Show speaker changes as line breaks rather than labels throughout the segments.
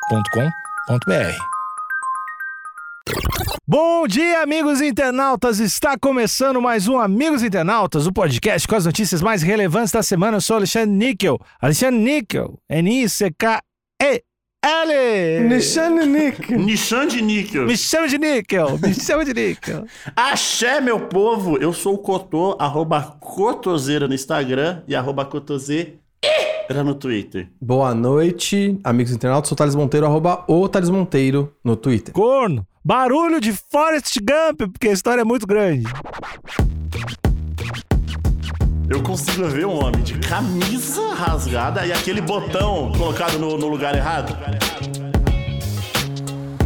agenciadepodcast.com.br.
Bom dia, amigos internautas! Está começando mais um Amigos Internautas, o podcast com as notícias mais relevantes da semana. Eu sou Alexandre Níquel. Alexandre Níquel, N-I-C-K-E-L!
Alexandre Nick.
Nissan de níquel.
Me chama de Níquel! Me chama de Níquel!
Axé, meu povo! Eu sou o Cotô, arroba Cotoseira no Instagram e arroba Cotoseira no Twitter.
Boa noite, amigos internautas. Sou Thales Monteiro, arroba o Thales Monteiro no Twitter.
Corno! Barulho de Forrest Gump, porque a história é muito grande.
Eu consigo ver um homem de camisa rasgada e aquele botão colocado no, no lugar errado.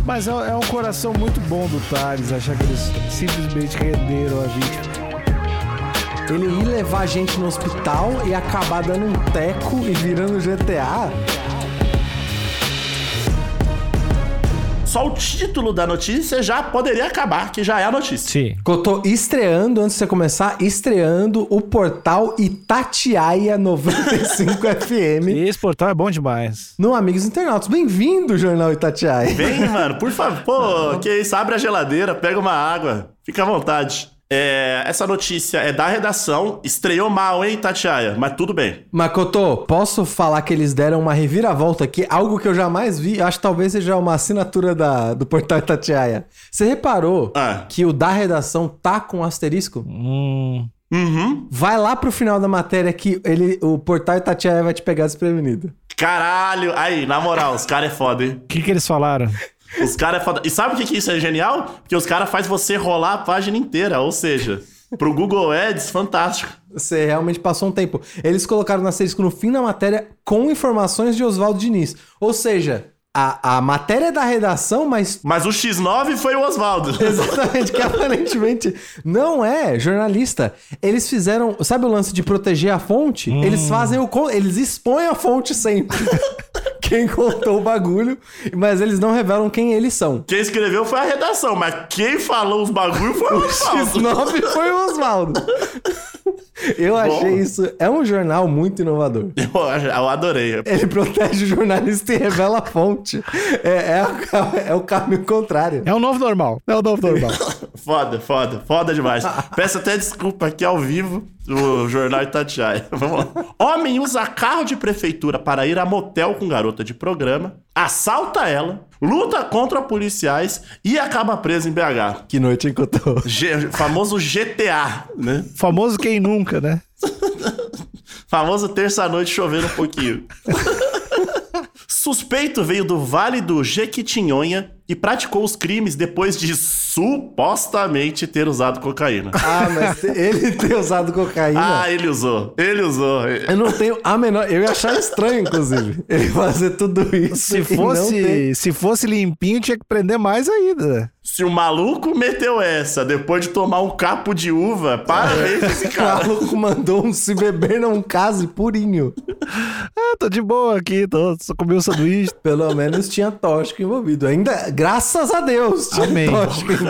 Mas é, é um coração muito bom do Thales achar que eles simplesmente renderam a vítima.
Ele ir levar a gente no hospital e acabar dando um teco e virando GTA.
Só o título da notícia já poderia acabar, que já é a notícia.
Sim.
Eu tô estreando, antes de você começar, estreando o portal Itatiaia 95
E
FM
esse portal é bom demais.
no Amigos Internautas. Bem-vindo, Jornal Itatiaia.
Vem, mano, por favor. Pô, que isso? Abre a geladeira, pega uma água. Fica à vontade. É, essa notícia é da redação. Estreou mal, hein, Tatiaia? Mas tudo bem.
Makoto, posso falar que eles deram uma reviravolta aqui? Algo que eu jamais vi. Acho que talvez seja uma assinatura da- do portal Itatiaia. Você reparou
Ah.
que o da redação tá com asterisco?
Hum.
Uhum.
Vai lá pro final da matéria que ele, o portal Itatiaia vai te pegar desprevenido.
Caralho. Aí, na moral, os caras é foda, hein?
O que, que eles falaram?
Os caras é foda. E sabe o que, que isso é genial? Porque os caras fazem você rolar a página inteira. Ou seja, pro Google Ads, fantástico.
Você realmente passou um tempo. Eles colocaram no asterisco no fim da matéria com informações de Oswaldo Diniz. Ou seja, a, a matéria é da redação, mas
Mas o X9 foi o Oswaldo.
Exatamente, que aparentemente não é jornalista. Eles fizeram, sabe o lance de proteger a fonte? Eles fazem o con- eles expõem a fonte sempre. quem contou o bagulho, mas eles não revelam quem eles são.
Quem escreveu foi a redação, mas quem falou os bagulho foi o Oswaldo.
X9 foi o Oswaldo. Eu achei isso. É um jornal muito inovador.
Eu, eu adorei.
Ele protege o jornalista e revela a fonte. É, é o- é o caminho contrário.
É o novo normal. É o novo normal.
Foda, foda, foda demais. Peço até desculpa aqui ao vivo do Jornal Itatiaia. Vamos lá. Homem usa carro de prefeitura para ir a motel com garota de programa, assalta ela, luta contra policiais e acaba preso em BH.
Que noite encontrou.
G- famoso GTA, né?
Famoso quem nunca, né?
Famoso terça-noite chovendo um pouquinho. Suspeito veio do Vale do Jequitinhonha e praticou os crimes depois de supostamente ter usado cocaína.
Ah, mas ele ter usado cocaína.
Ah, ele usou. Ele usou.
Eu não tenho a menor. Eu ia achar estranho, inclusive. Ele fazer tudo isso.
Se
e não ter-
fosse, se fosse limpinho, tinha que prender mais ainda.
Se o maluco meteu essa depois de tomar um capo de uva, parabéns pra esse
O
cara.
maluco mandou um se beber não case purinho.
Ah, tô de boa aqui, tô, só comi um sanduíche.
Pelo menos tinha tóxico envolvido. Ainda, graças a Deus, tinha
Amém.
tóxico envolvido.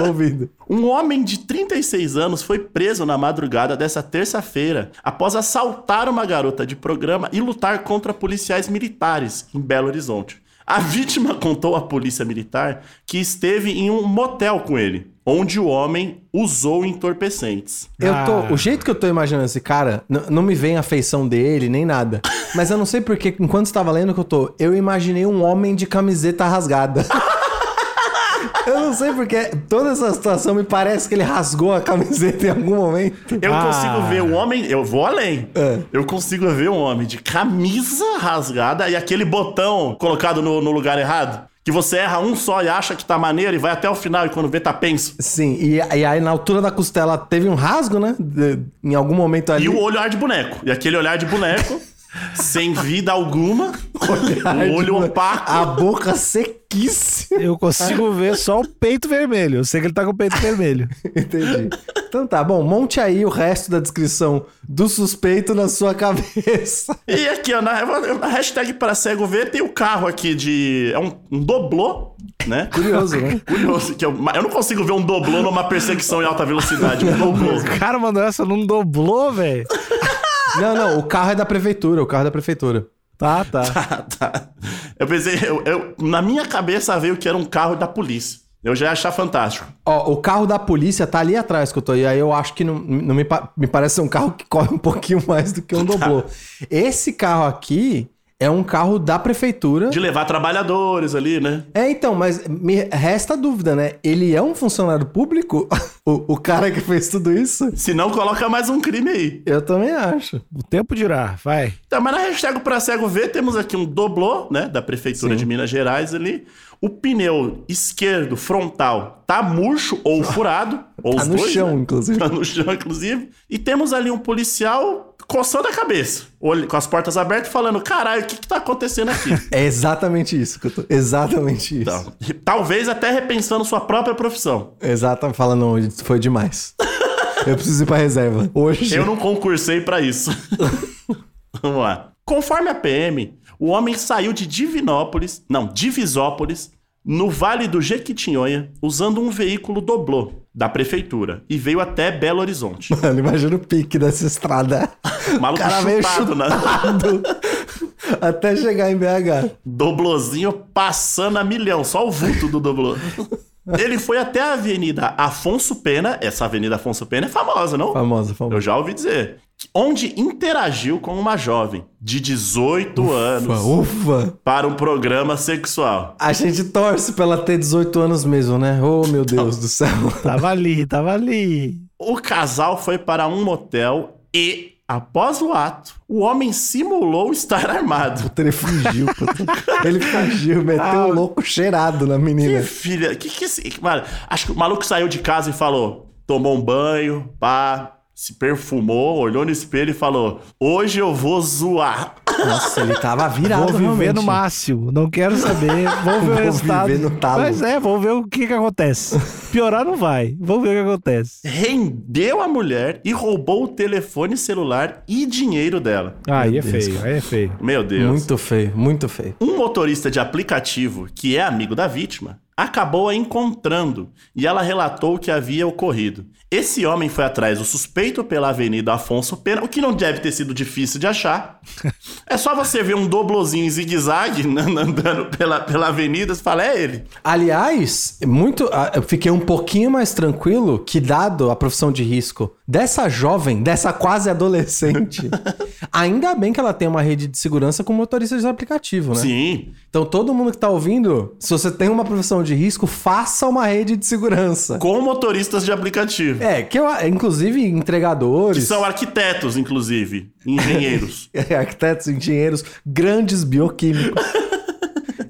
Um homem de 36 anos foi preso na madrugada dessa terça-feira após assaltar uma garota de programa e lutar contra policiais militares em Belo Horizonte. A vítima contou à polícia militar que esteve em um motel com ele, onde o homem usou entorpecentes.
Eu
Ah.
tô, o jeito que eu tô imaginando esse cara, n- não me vem a feição dele, nem nada. Mas eu não sei porque, enquanto estava lendo que eu tô, eu imaginei um homem de camiseta rasgada. eu não sei porque toda essa situação me parece que ele rasgou a camiseta em algum momento.
Eu
Ah.
consigo ver um homem. Eu vou além.
É.
Eu consigo ver um homem de camisa rasgada e aquele botão colocado no, no lugar errado. Que você erra um só e acha que tá maneiro e vai até o final e quando vê tá penso.
Sim, e, e aí na altura da costela teve um rasgo, né? De- em algum momento ali.
E o olhar de boneco. E aquele olhar de boneco, sem vida alguma,
Ai,
o olho
tipo,
opaco.
A boca sequíssima.
Eu consigo ver só o peito vermelho. Eu sei que ele tá com o peito vermelho.
Entendi. Então tá, bom, monte aí o resto da descrição do suspeito na sua cabeça.
E aqui, ó, na, na hashtag para cego ver, tem o carro aqui de. É um, um doblô, né?
Curioso, né?
Curioso. Que eu, eu não consigo ver um doblô numa perseguição em alta velocidade. Um doblô.
O cara mandou essa, não doblou, velho.
Não, não, o carro é da prefeitura, o carro é da prefeitura.
Tá, tá.
Ah, tá. Eu pensei, eu- eu- na minha cabeça veio que era um carro da polícia. Eu já ia achar fantástico.
Ó, o carro da polícia tá ali atrás que eu tô. E aí eu acho que não, não me, pa- me parece ser um carro que corre um pouquinho mais do
Tá.
que um doblô. Esse carro aqui é um carro da prefeitura.
De levar trabalhadores ali, né?
É, então, mas me resta a dúvida, né? Ele é um funcionário público? o, o cara que fez tudo isso?
Se não, coloca mais um crime aí.
Eu também acho.
O tempo dirá, vai.
Tá, mas na hashtag pra cego ver, temos aqui um doblô, né? Da Prefeitura de Minas Gerais ali. O pneu esquerdo, frontal, tá murcho ou furado. ou
Tá
os
no
dois,
chão,
né?
inclusive.
Tá no chão, inclusive. E temos ali um policial coçando a cabeça, olhe- com as portas abertas, falando: caralho, o que, que tá acontecendo aqui?
É exatamente isso que eu tô. Exatamente isso.
Então, talvez até repensando sua própria profissão.
Exatamente. Falando, "Isso foi demais. eu preciso ir pra reserva. Hoje.
Eu não concursei pra isso. Vamos lá. Conforme a PM, o homem saiu de Divinópolis, não, Divisópolis, no Vale do Jequitinhonha, usando um veículo doblô da prefeitura e veio até Belo Horizonte.
Mano, imagina o pique dessa estrada.
O maluco chutado, né?
Até chegar em BH.
Doblozinho passando a milhão, só o vulto do doblô. Ele foi até a Avenida Afonso Pena, essa Avenida Afonso Pena é famosa, não?
Famosa,
Eu
famosa.
já ouvi dizer. Onde interagiu com uma jovem de 18
Ufa,
anos
ufa.
para um programa sexual.
A gente torce pra ela ter 18 anos mesmo, né? Oh, meu
Então.
Deus do céu.
Tava ali, tava ali.
O casal foi para um motel e, após o ato, o homem simulou estar armado.
Ele fugiu. puta. Ele fugiu, meteu o louco cheirado na
Ah. Que
menina.
filha, que que esse. Mano, acho que o maluco saiu de casa e falou: tomou um banho, pá, se perfumou, olhou no espelho e falou: hoje eu vou zoar.
Nossa, ele tava virado
Vou viver
realmente.
no máximo, não quero saber. Vou ver
Vou
o resultado.
viver no talo.
Mas é, vou ver o que, que acontece. Piorar não vai. Vamos ver o que acontece.
Rendeu a mulher e roubou o telefone celular e dinheiro dela.
Aí é
Deus,
feio, aí é feio.
Meu Deus.
Ah, Muito feio, muito feio.
Um motorista de aplicativo, que é amigo da vítima, acabou a encontrando e ela relatou o que havia ocorrido. Esse homem foi atrás do suspeito pela Avenida Afonso Pena, o que não deve ter sido difícil de achar. É só você ver um doblozinho em zigue-zague né, andando pela, pela avenida e fala, é ele.
Aliás, muito, ah, eu fiquei um pouquinho mais tranquilo que dado a profissão de risco dessa jovem, dessa quase adolescente, ainda bem que ela tem uma rede de segurança com motoristas de aplicativo, né?
Sim.
Então todo mundo que tá ouvindo, se você tem uma profissão de risco, faça uma rede de segurança.
Com motoristas de aplicativo.
É, que eu, inclusive
Que
entregadores,
são arquitetos, inclusive. Engenheiros.
arquitetos, engenheiros, grandes bioquímicos.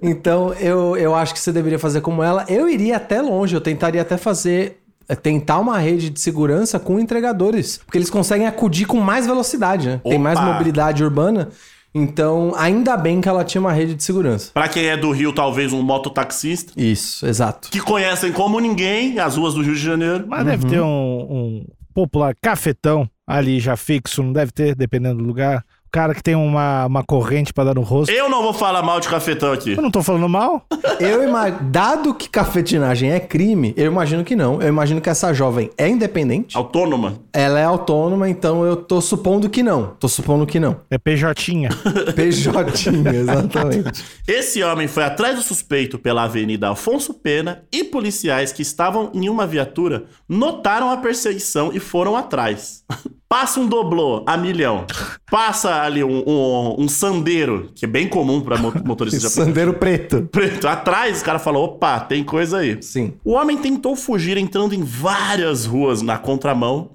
Então, eu, eu acho que você deveria fazer como ela. Eu iria até longe, eu tentaria até fazer. é, Tentar uma rede de segurança com entregadores. Porque eles conseguem acudir com mais velocidade, né? Tem mais
Opa!
mobilidade urbana. Então, ainda bem que ela tinha uma rede de segurança.
Pra quem é do Rio, talvez um mototaxista.
Isso, exato.
Que conhecem como ninguém as ruas do Rio de Janeiro.
Mas
Uhum.
deve ter um, um popular cafetão ali já fixo, não deve ter, dependendo do lugar. O cara que tem uma, uma corrente pra dar no rosto.
Eu não vou falar mal de cafetão aqui.
Eu não tô falando mal?
Eu ima- Dado que cafetinagem é crime, eu imagino que não. Eu imagino que essa jovem é independente.
Autônoma.
Ela é autônoma, então eu tô supondo que não. Tô supondo que não.
É PJ.
PJ, exatamente.
Esse homem foi atrás do suspeito pela Avenida Afonso Pena e policiais que estavam em uma viatura notaram a perseguição e foram atrás. Passa um doblô a milhão. Passa ali um, um, um sandeiro, que é bem comum para motorista de aplicativo.
Sandeiro preto.
preto. Atrás, o cara falou: opa, tem coisa aí.
Sim.
O homem tentou fugir entrando em várias ruas na contramão,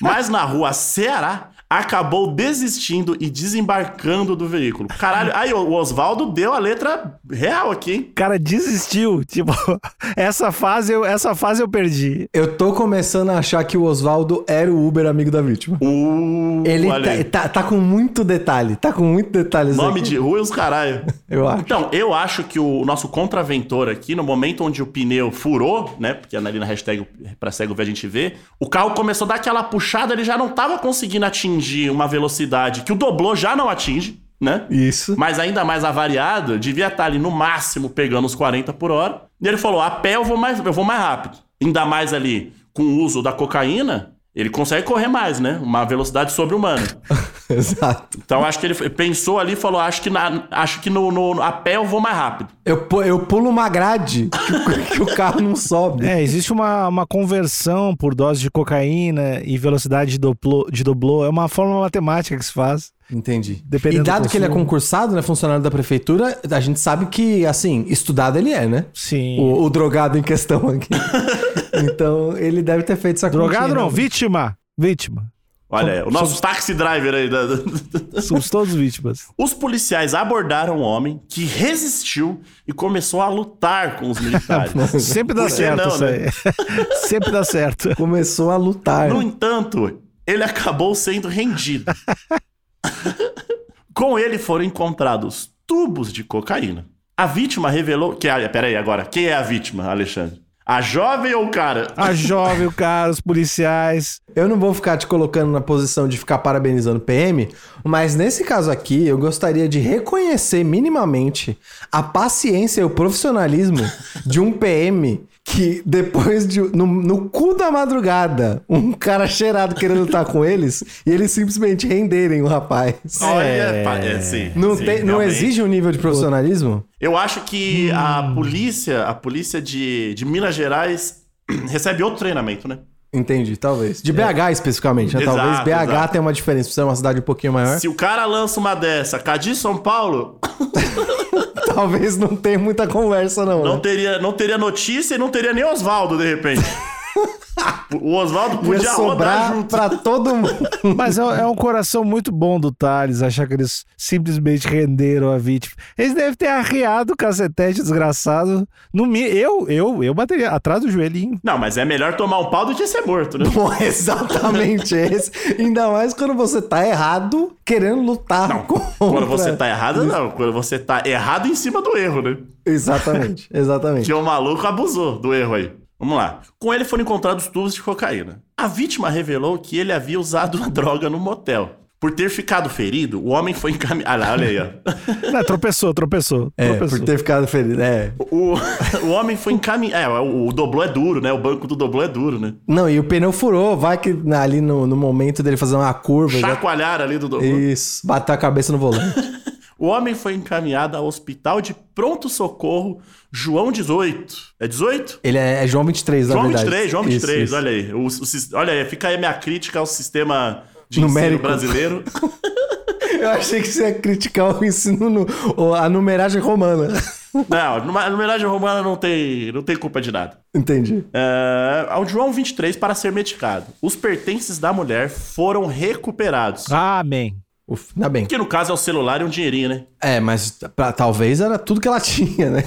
mas na rua Ceará acabou desistindo e desembarcando do veículo. Caralho, aí o Oswaldo deu a letra real aqui, hein?
O cara desistiu. Tipo, essa fase eu, essa fase eu perdi.
Eu tô começando a achar que o Oswaldo era o Uber amigo da vítima.
Uh,
Ele
olha aí.
tá, tá- tá com muito detalhe, tá com muito detalhe. isso
Nome
aqui,
de rua e os caralho.
Eu acho.
Então, eu acho que o nosso contraventor aqui, no momento onde o pneu furou, né? Porque ali na hashtag pra cego ver a gente vê, o carro começou a dar aquela puxada, ele já não tava conseguindo atingir uma velocidade que o doblô já não atinge, né?
Isso.
Mas ainda mais avariado, devia estar ali no máximo pegando os 40 por hora. E ele falou: a pé eu vou mais, eu vou mais rápido. Ainda mais ali com o uso da cocaína. Ele consegue correr mais, né? Uma velocidade sobre-humana.
Exato.
Então acho que ele pensou ali e falou: acho que, na, acho que no, no- a pé eu vou mais rápido.
Eu, pu- eu pulo uma grade que, o- que o carro não sobe.
É, existe uma, uma conversão por dose de cocaína e velocidade de doblô, de doblô. É uma fórmula matemática que se faz.
Entendi.
Dependendo
e dado
do
que ele é
consumo.
concursado, né, funcionário da prefeitura, a gente sabe que, assim, estudado ele é, né?
Sim.
O, o drogado em questão aqui. então, ele deve ter feito essa
Drogado
continha,
não,
né?
vítima. Vítima.
Olha, aí, o nosso taxi driver aí. da- da-
Somos todos vítimas.
Os policiais abordaram o homem que resistiu e começou a lutar com os militares.
Sempre dá
Por que
certo
não, né?
isso aí. Sempre dá certo.
Começou a lutar. né?
No entanto, ele acabou sendo rendido. Com ele foram encontrados tubos de cocaína. A vítima revelou que, ah, peraí, agora quem é a vítima, Alexandre? A jovem ou o cara?
A jovem, o cara, os policiais.
Eu não vou ficar te colocando na posição de ficar parabenizando o PM, mas nesse caso aqui, eu gostaria de reconhecer minimamente a paciência e o profissionalismo de um PM que depois de. No, no cu da madrugada, um cara cheirado querendo lutar com eles e eles simplesmente renderem o rapaz.
Olha, pa- é, sim,
Não,
sim,
tem- não
realmente.
exige um nível de profissionalismo?
Eu acho que
Hum.
a polícia, a polícia de, de Minas Gerais recebe outro treinamento, né?
Entendi, talvez. De BH especificamente, né?
É. Exato,
talvez BH
exato.
tenha uma diferença, precisa ser uma cidade um pouquinho maior.
Se o cara lança uma dessa, Cadiz São Paulo,
Talvez não tenha muita conversa, não.
não
né?
teria, não teria notícia e não teria nem Oswaldo, de repente. o Oswaldo
Ia
podia rodar
sobrar
junto.
pra todo mundo.
Mas é, é um coração muito bom do Thales achar que eles simplesmente renderam a vítima. Eles devem ter arriado o cacetete desgraçado. No, mi- eu, eu, eu bateria atrás do joelhinho.
Não, mas é melhor tomar um pau do que ser morto, né?
Bom, exatamente esse. Ainda mais quando você tá errado querendo lutar contra.
Quando você tá errado, não. Quando você tá errado em cima do erro, né?
Exatamente, exatamente.
Que o maluco abusou do erro aí. Vamos lá. Com ele foram encontrados tubos de cocaína. A vítima revelou que ele havia usado a droga no motel. Por ter ficado ferido, o homem foi encaminhado. Olha aí, ó.
Não, tropeçou, tropeçou.
É,
tropeçou.
por ter ficado feliz. É.
O, o homem foi encaminhado. É, o, o doblô é duro, né? O banco do doblô é duro, né?
Não, e o pneu furou. Vai que na- ali no, no momento dele fazer uma curva. já-
Chacoalhar ali do doblô.
Isso, bateu a cabeça no volante.
O homem foi encaminhado ao hospital de pronto-socorro João 18. É 18?
Ele é, é João 23, na
João
verdade.
23, João
Isso,
23,
isso.
olha aí. O- o sis- olha aí, fica aí a minha crítica ao sistema de ensino
Numérico.
brasileiro.
Eu achei que você ia criticar o ensino, nu- o- a numeragem romana.
não, numa- na verdade, a romana não tem, não tem culpa de nada.
Entendi.
É, ao João 23, para ser medicado, os pertences da mulher foram recuperados.
Ah.
Ah, Amém.
Uf, ainda bem.
Que no caso é o celular e um dinheirinho, né?
É, mas pra- talvez era tudo que ela tinha, né?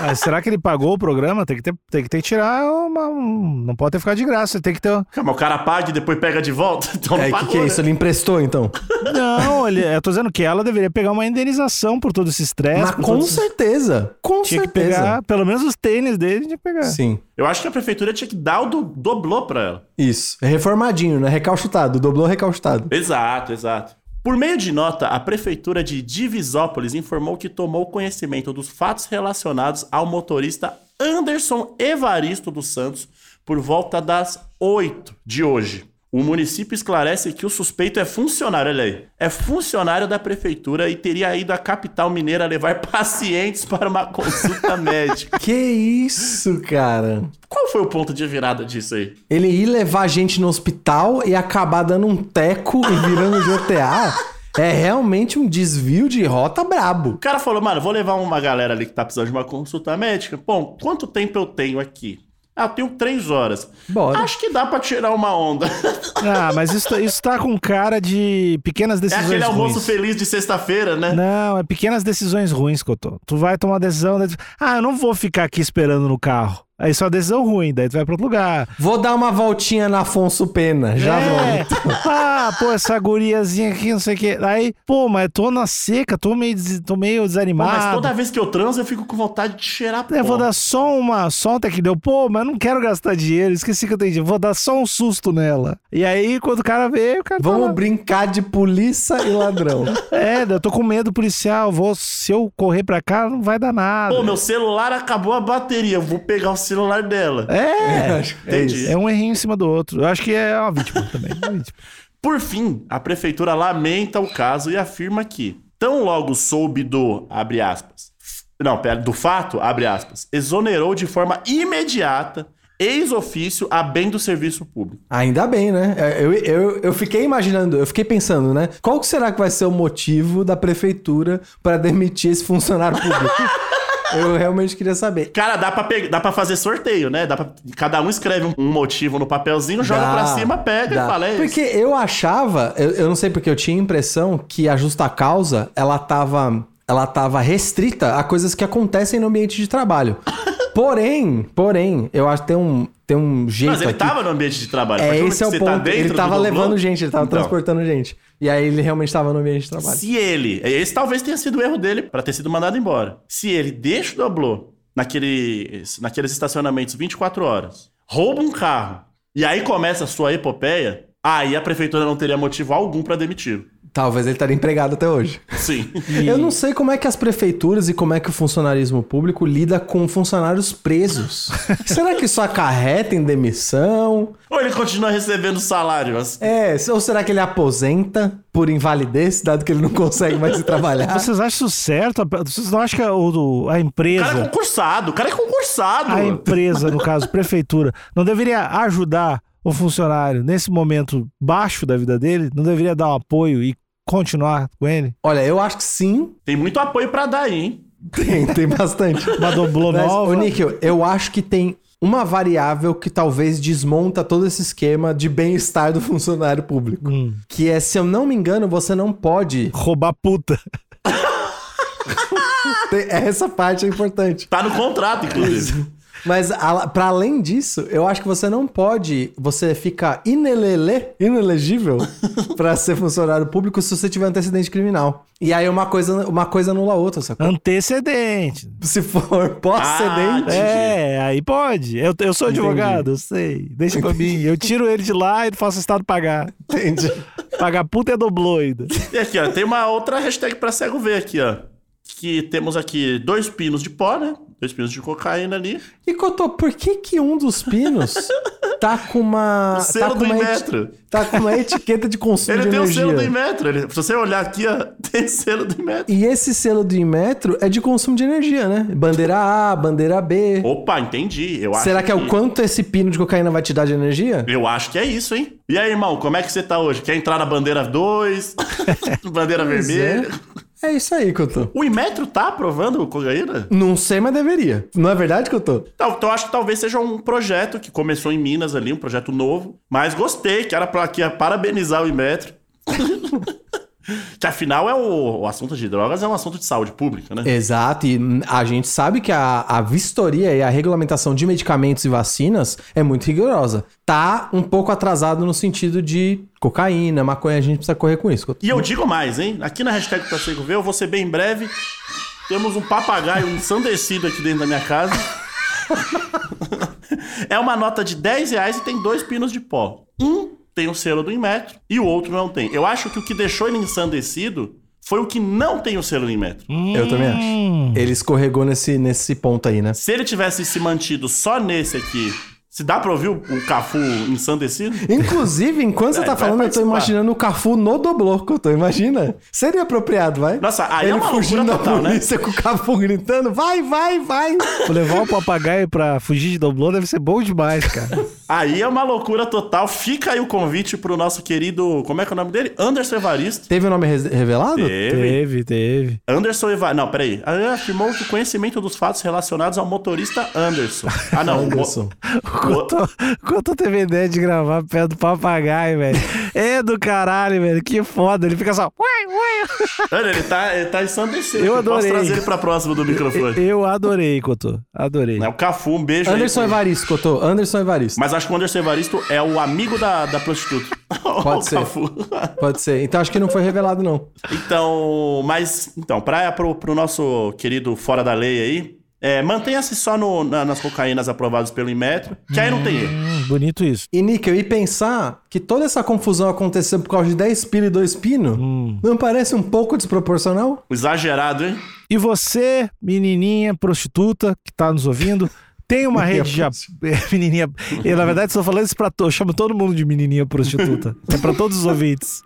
Ah, será que ele pagou o programa? Tem que ter, tem que ter que tirar uma. um- não pode ter ficado de graça. Tem que ter. um,
Calma, o cara paga e depois pega de volta. Então não
É,
pagou,
que, que é
né?
isso? Ele emprestou, então?
Não, ele, eu tô dizendo que ela deveria pegar uma indenização por todo esse estresse.
Mas
por
com
todo esse-
certeza. Com
É, Tinha que
certeza.
pegar, é. pelo menos os tênis dele tinha que pegar.
Sim.
Eu acho que a prefeitura tinha que dar o do, doblô pra ela.
Isso. Reformadinho, né? Recalchutado. Doblou recalchutado.
Exato, exato. Por meio de nota, a prefeitura de Divisópolis informou que tomou conhecimento dos fatos relacionados ao motorista Anderson Evaristo dos Santos por volta das 8 de hoje. O município esclarece que o suspeito é funcionário, olha aí. É funcionário da prefeitura e teria ido à capital mineira levar pacientes para uma consulta médica.
Que isso, cara?
Qual foi o ponto de virada disso aí?
Ele ir levar gente no hospital e acabar dando um teco e virando GTA é realmente um desvio de rota brabo.
O cara falou, mano, vou levar uma galera ali que tá precisando de uma consulta médica. Bom, quanto tempo eu tenho aqui? Ah, eu tenho três horas.
Bora.
Acho que dá pra tirar uma onda. É
Ah, mas isso, tá- isso tá com cara de pequenas
É
decisões
aquele almoço
ruins.
feliz de sexta-feira, né?
Não, é pequenas decisões ruins, Cotô. Tu vai tomar uma decisão. daí tu- Ah, eu não vou ficar aqui esperando no carro. Aí isso é uma decisão ruim, daí tu vai pra outro lugar.
Vou dar uma voltinha na Afonso Pena. Já
é.
volto.
Ah, pô, essa guriazinha aqui, não sei o quê. Aí, pô, mas tô na seca, tô meio, des- tô meio
Pô,
desanimado.
mas toda vez que eu transo, eu fico com vontade de cheirar
É, vou
pó.
dar só uma solta que deu. Pô, mas não quero gastar dinheiro, esqueci que eu tenho dinheiro. Vou dar só um susto nela. E aí, quando o cara vê, o cara. tá
Vamos
lá.
brincar de polícia e ladrão.
É, eu tô com medo policial. Vou, se eu correr pra cá, não vai dar nada.
Pô, meu celular acabou a bateria. Eu vou pegar o celular dela.
É,
Entendi.
é um errinho em cima do outro. Eu acho que é uma vítima também. uma vítima.
Por fim, a prefeitura lamenta o caso e afirma que, tão logo soube do, abre aspas, f- não, pera, do fato, abre aspas, exonerou de forma imediata, ex-ofício, a bem do serviço público.
Ainda bem, né? Eu, eu, eu fiquei imaginando, eu fiquei pensando, né? Qual que será que vai ser o motivo da prefeitura para demitir esse funcionário público? eu realmente queria saber.
Cara, dá pra, pe- dá pra fazer sorteio, né? Dá pra... Cada um escreve um- um motivo no papelzinho, joga
Dá,
pra cima, pega
dá.
e fala, é isso.
Porque eu achava, eu, eu não sei porque eu tinha a impressão que a justa causa, ela tava, ela tava restrita a coisas que acontecem no ambiente de trabalho. Porém, porém, eu acho que tem um, tem um jeito
Mas ele tá
aqui.
tava no ambiente de trabalho. A
É,
partir do
esse é o
momento que
ponto.
você tá
ele
dentro
tava
do
levando
Doblô-
gente, ele tava
Então,
transportando gente. E aí ele realmente tava no ambiente de trabalho.
Se ele, esse talvez tenha sido o erro dele pra ter sido mandado embora. Se ele deixa o doblô naquele, naqueles estacionamentos 24 horas, rouba um carro e aí começa a sua epopeia, aí a prefeitura não teria motivo algum pra demitir.
Talvez ele estaria empregado até hoje.
Sim.
Eu não sei como é que as prefeituras e como é que o funcionarismo público lida com funcionários presos. Será que isso acarreta em demissão?
Ou ele continua recebendo salário. mas-
É, ou será que ele aposenta por invalidez, dado que ele não consegue mais ir trabalhar?
Ah.
Vocês acham isso certo? Vocês não acham que a, o- a
O cara é
empresa,
concursado, o cara é concursado.
a empresa, no caso, prefeitura, não deveria ajudar o funcionário nesse momento baixo da vida dele? Não deveria dar um apoio e continuar com ele?
Olha, eu acho que sim,
Tem muito apoio pra dar aí, hein?
tem, tem bastante.
Uma doblô
Mas, ô
nova?
Níquel, eu acho que tem uma variável que talvez desmonta todo esse esquema de bem-estar do funcionário público.
Hum.
Que é, se eu não me engano, você não pode.
Roubar puta.
Tem- Essa parte é importante.
Tá no contrato, inclusive.
Mas a- pra além disso, eu acho que você não pode, você fica inelele, inelegível pra ser funcionário público se você tiver um antecedente criminal. E aí uma coisa, uma coisa anula a outra, sacou?
Antecedente.
Se for pós-cedente,
Entendi.
É, aí pode. Eu, eu sou
Entendi.
advogado, eu sei. Deixa pra mim. Eu tiro ele de lá e faço o Estado pagar.
entende?
Pagar puta é dobloida.
E aqui, ó, tem uma outra hashtag pra cego ver aqui, ó. Que temos aqui dois pinos de pó, né? Dois pinos de cocaína ali.
E Cotô, por que que um dos pinos tá com uma...
O selo
tá com
do
uma eti-
Inmetro.
Tá com uma etiqueta de consumo
Ele
de
tem o
energia.
selo do Inmetro. Ele, se você olhar aqui, ó, tem o selo do Inmetro.
E esse selo do Inmetro é de consumo de energia, né? Bandeira A, bandeira B.
Opa, entendi. Eu acho
Será que é o quanto esse pino de cocaína vai te dar de energia?
Eu acho que é isso, hein? E aí, irmão, como é que você tá hoje? Quer entrar na bandeira 2? bandeira
Pois é.
vermelha?
É isso aí que eu tô.
O Inmetro tá aprovando cocaína?
Não sei, mas deveria. Não é verdade que eu tô?
Então, então eu acho que talvez seja um projeto que começou em Minas ali, um projeto novo. Mas gostei, que era pra aqui ó, parabenizar o Inmetro. que afinal é o, o assunto de drogas é um assunto de saúde pública, né?
Exato, e hum, a gente sabe que a, a vistoria e a regulamentação de medicamentos e vacinas é muito rigorosa. Tá um pouco atrasado no sentido de cocaína, maconha, a gente precisa correr com isso.
E eu digo mais, hein? Aqui na hashtag pra cego ver, eu vou ser bem breve. Temos um papagaio ensandecido aqui dentro da minha casa. é uma nota de 10 reais e tem dois pinos de pó. Um tem o selo do Inmetro e o outro não tem. Eu acho que o que deixou ele ensandecido foi o que não tem o selo do Inmetro.
Eu também
Hum.
acho. Ele escorregou nesse, nesse ponto aí, né?
Se ele tivesse se mantido só nesse aqui, se dá pra ouvir o, o Cafu ensandecido?
Inclusive, enquanto você
É,
tá
vai
falando, eu tô
participar.
imaginando o Cafu no doblô, que eu tô, imagina. Seria apropriado, vai?
Nossa, aí é
Ele
uma
fugindo
loucura
da
total, né?
polícia com o Cafu gritando, vai, vai, vai.
Pô, Levar o papagaio pra fugir de doblô deve ser bom demais, cara.
Aí é uma loucura total. Fica aí o convite pro nosso querido. Como é que é o nome dele? Anderson Evaristo.
Teve o nome re- revelado?
Teve.
teve, teve.
Anderson Eva... Não, peraí. Ela afirmou que conhecimento dos fatos relacionados ao motorista Anderson. Ah, não.
Anderson.
Quanto, quanto eu teve ideia de gravar perto do papagaio, velho. É do caralho, velho. Que foda. Ele fica só. "Ué, ué".
Olha, ele tá, ele tá ensandecido.
Eu
Posso
adorei.
trazer ele pra próximo do microfone.
Eu adorei, Cotô. Adorei.
É o Cafu, um beijo aí
Anderson
pra ele.
Evaristo, Cotô. Anderson Evaristo.
Mas acho que o Anderson Evaristo é o amigo da, da prostituta.
Pode ser.
Cafu.
Pode ser. Então acho que não foi revelado, não.
Então, mas... Então, pra, pro, pro nosso querido fora da lei aí, é, mantenha-se só no- na- nas cocaínas aprovadas pelo Inmetro, que aí não tem erro.
Hum, bonito isso.
E, Níquel, e pensar que toda essa confusão aconteceu por causa de 10 pino e 2 pino, não parece um pouco desproporcional?
Exagerado, hein?
E você, menininha prostituta que tá nos ouvindo, Tem uma rede já. Menininha. Eu, na verdade, estou falando isso pra todos. Chamo todo mundo de menininha prostituta. é pra todos os ouvintes.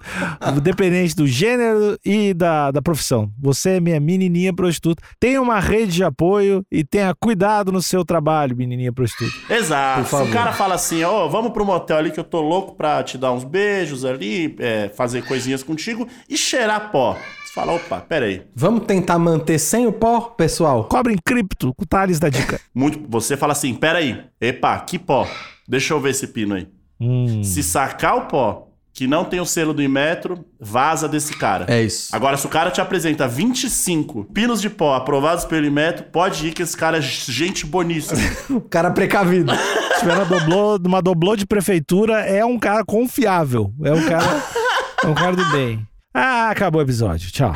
Dependente do gênero e da, da profissão. Você é minha menininha prostituta. Tem uma rede de apoio e tenha cuidado no seu trabalho, menininha prostituta.
Exato.
Por
Se o
favor.
cara fala assim, ó, vamos pro motel ali que eu tô louco pra te dar uns beijos ali, é, fazer coisinhas contigo e cheirar pó. Você fala, opa, peraí.
Vamos tentar manter sem o pó, pessoal?
Cobre em cripto. O Thales da dica.
Muito, você fala assim, peraí. Epa, que pó. Deixa eu ver esse pino aí.
Hum.
Se sacar o pó, que não tem o selo do Inmetro, vaza desse cara.
É isso.
Agora, se o cara te apresenta 25 pinos de pó aprovados pelo Inmetro, pode ir que esse cara é gente boníssima.
O cara precavido.
tiver na doblô, numa doblô de prefeitura, é um cara confiável. É um cara, é um cara do bem. Ah, acabou o episódio. Tchau.